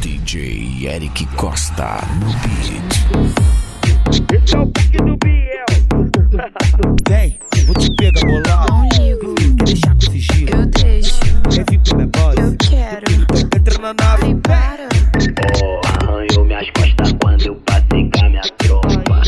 DJ Eric Costa no beat. Esse é o pique do Biel. Vem, vou te pegar bolado. Não ligo, Deixar com sigilo. eu deixo, MVP na eu base. quero. Entra na Ai, nave. para, Oh, arranhou minhas costas quando eu passei com a minha tropa.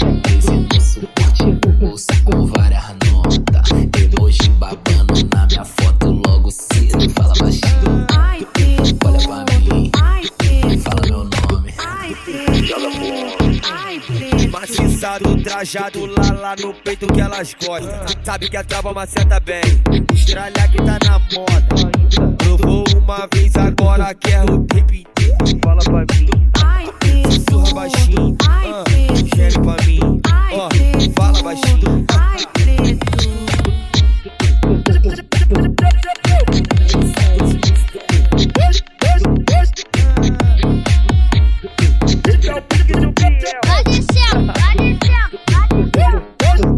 Esse suporte bolsa com várias notas. Emoji babando na minha foto logo cedo. Fala baixinho, ai, pico. olha pra mim, Ai, pico. fala meu nome. Ai, pico. Ai, pico. Maciçado, trajado, lá lá no peito que elas gostam. Sabe que a trava maceta bem. Estralha que tá na moda. Provou uma vez, agora quer o repetir. Fala pra mim. Ai, pico. Surra baixinho. Ai, ah, pico. Gere pra mim. Ai, ó, preto. fala baixinho. Ai, preto. Esse é o pique do Biel.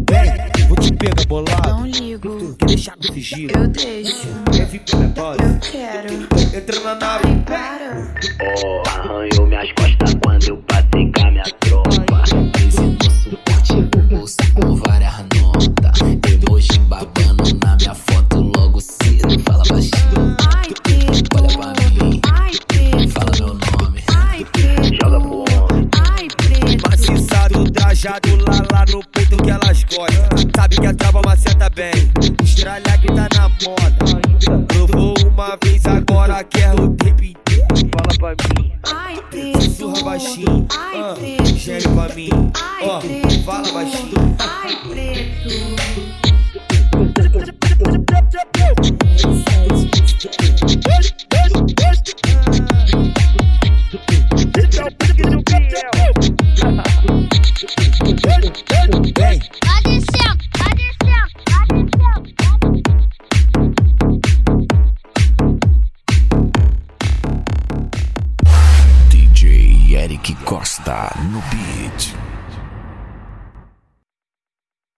Vem, vou te pegar bolado. Não ligo, Deixar com sigilo. eu deixo, MVP na base. eu quero. Entra na nave. Para, Oh, arranhou minhas costas quando eu passei com a minha tropa. Esse no suporte bolsa com várias notas. Emoji babando na minha foto logo cedo. Fala baixinho, ai, pico. olha pra mim, Ai, preto. fala meu nome. Ai, Joga preto. pro homem. Ai, preto. Maciçado, trajado, lá lá no peito que elas gostam. Sabe que a trava maceta bem. Estralha que tá na moda. Provou uma vez, agora quer o repetir. Fala pra mim. Ai, preto. Surra baixinho. Ai, ah, preto. Gere pra mim. Ai, Ó, preto. fala baixinho. Ai, preto. Esse é o pique do Biel. Vem, DJ Eric Costa no beat.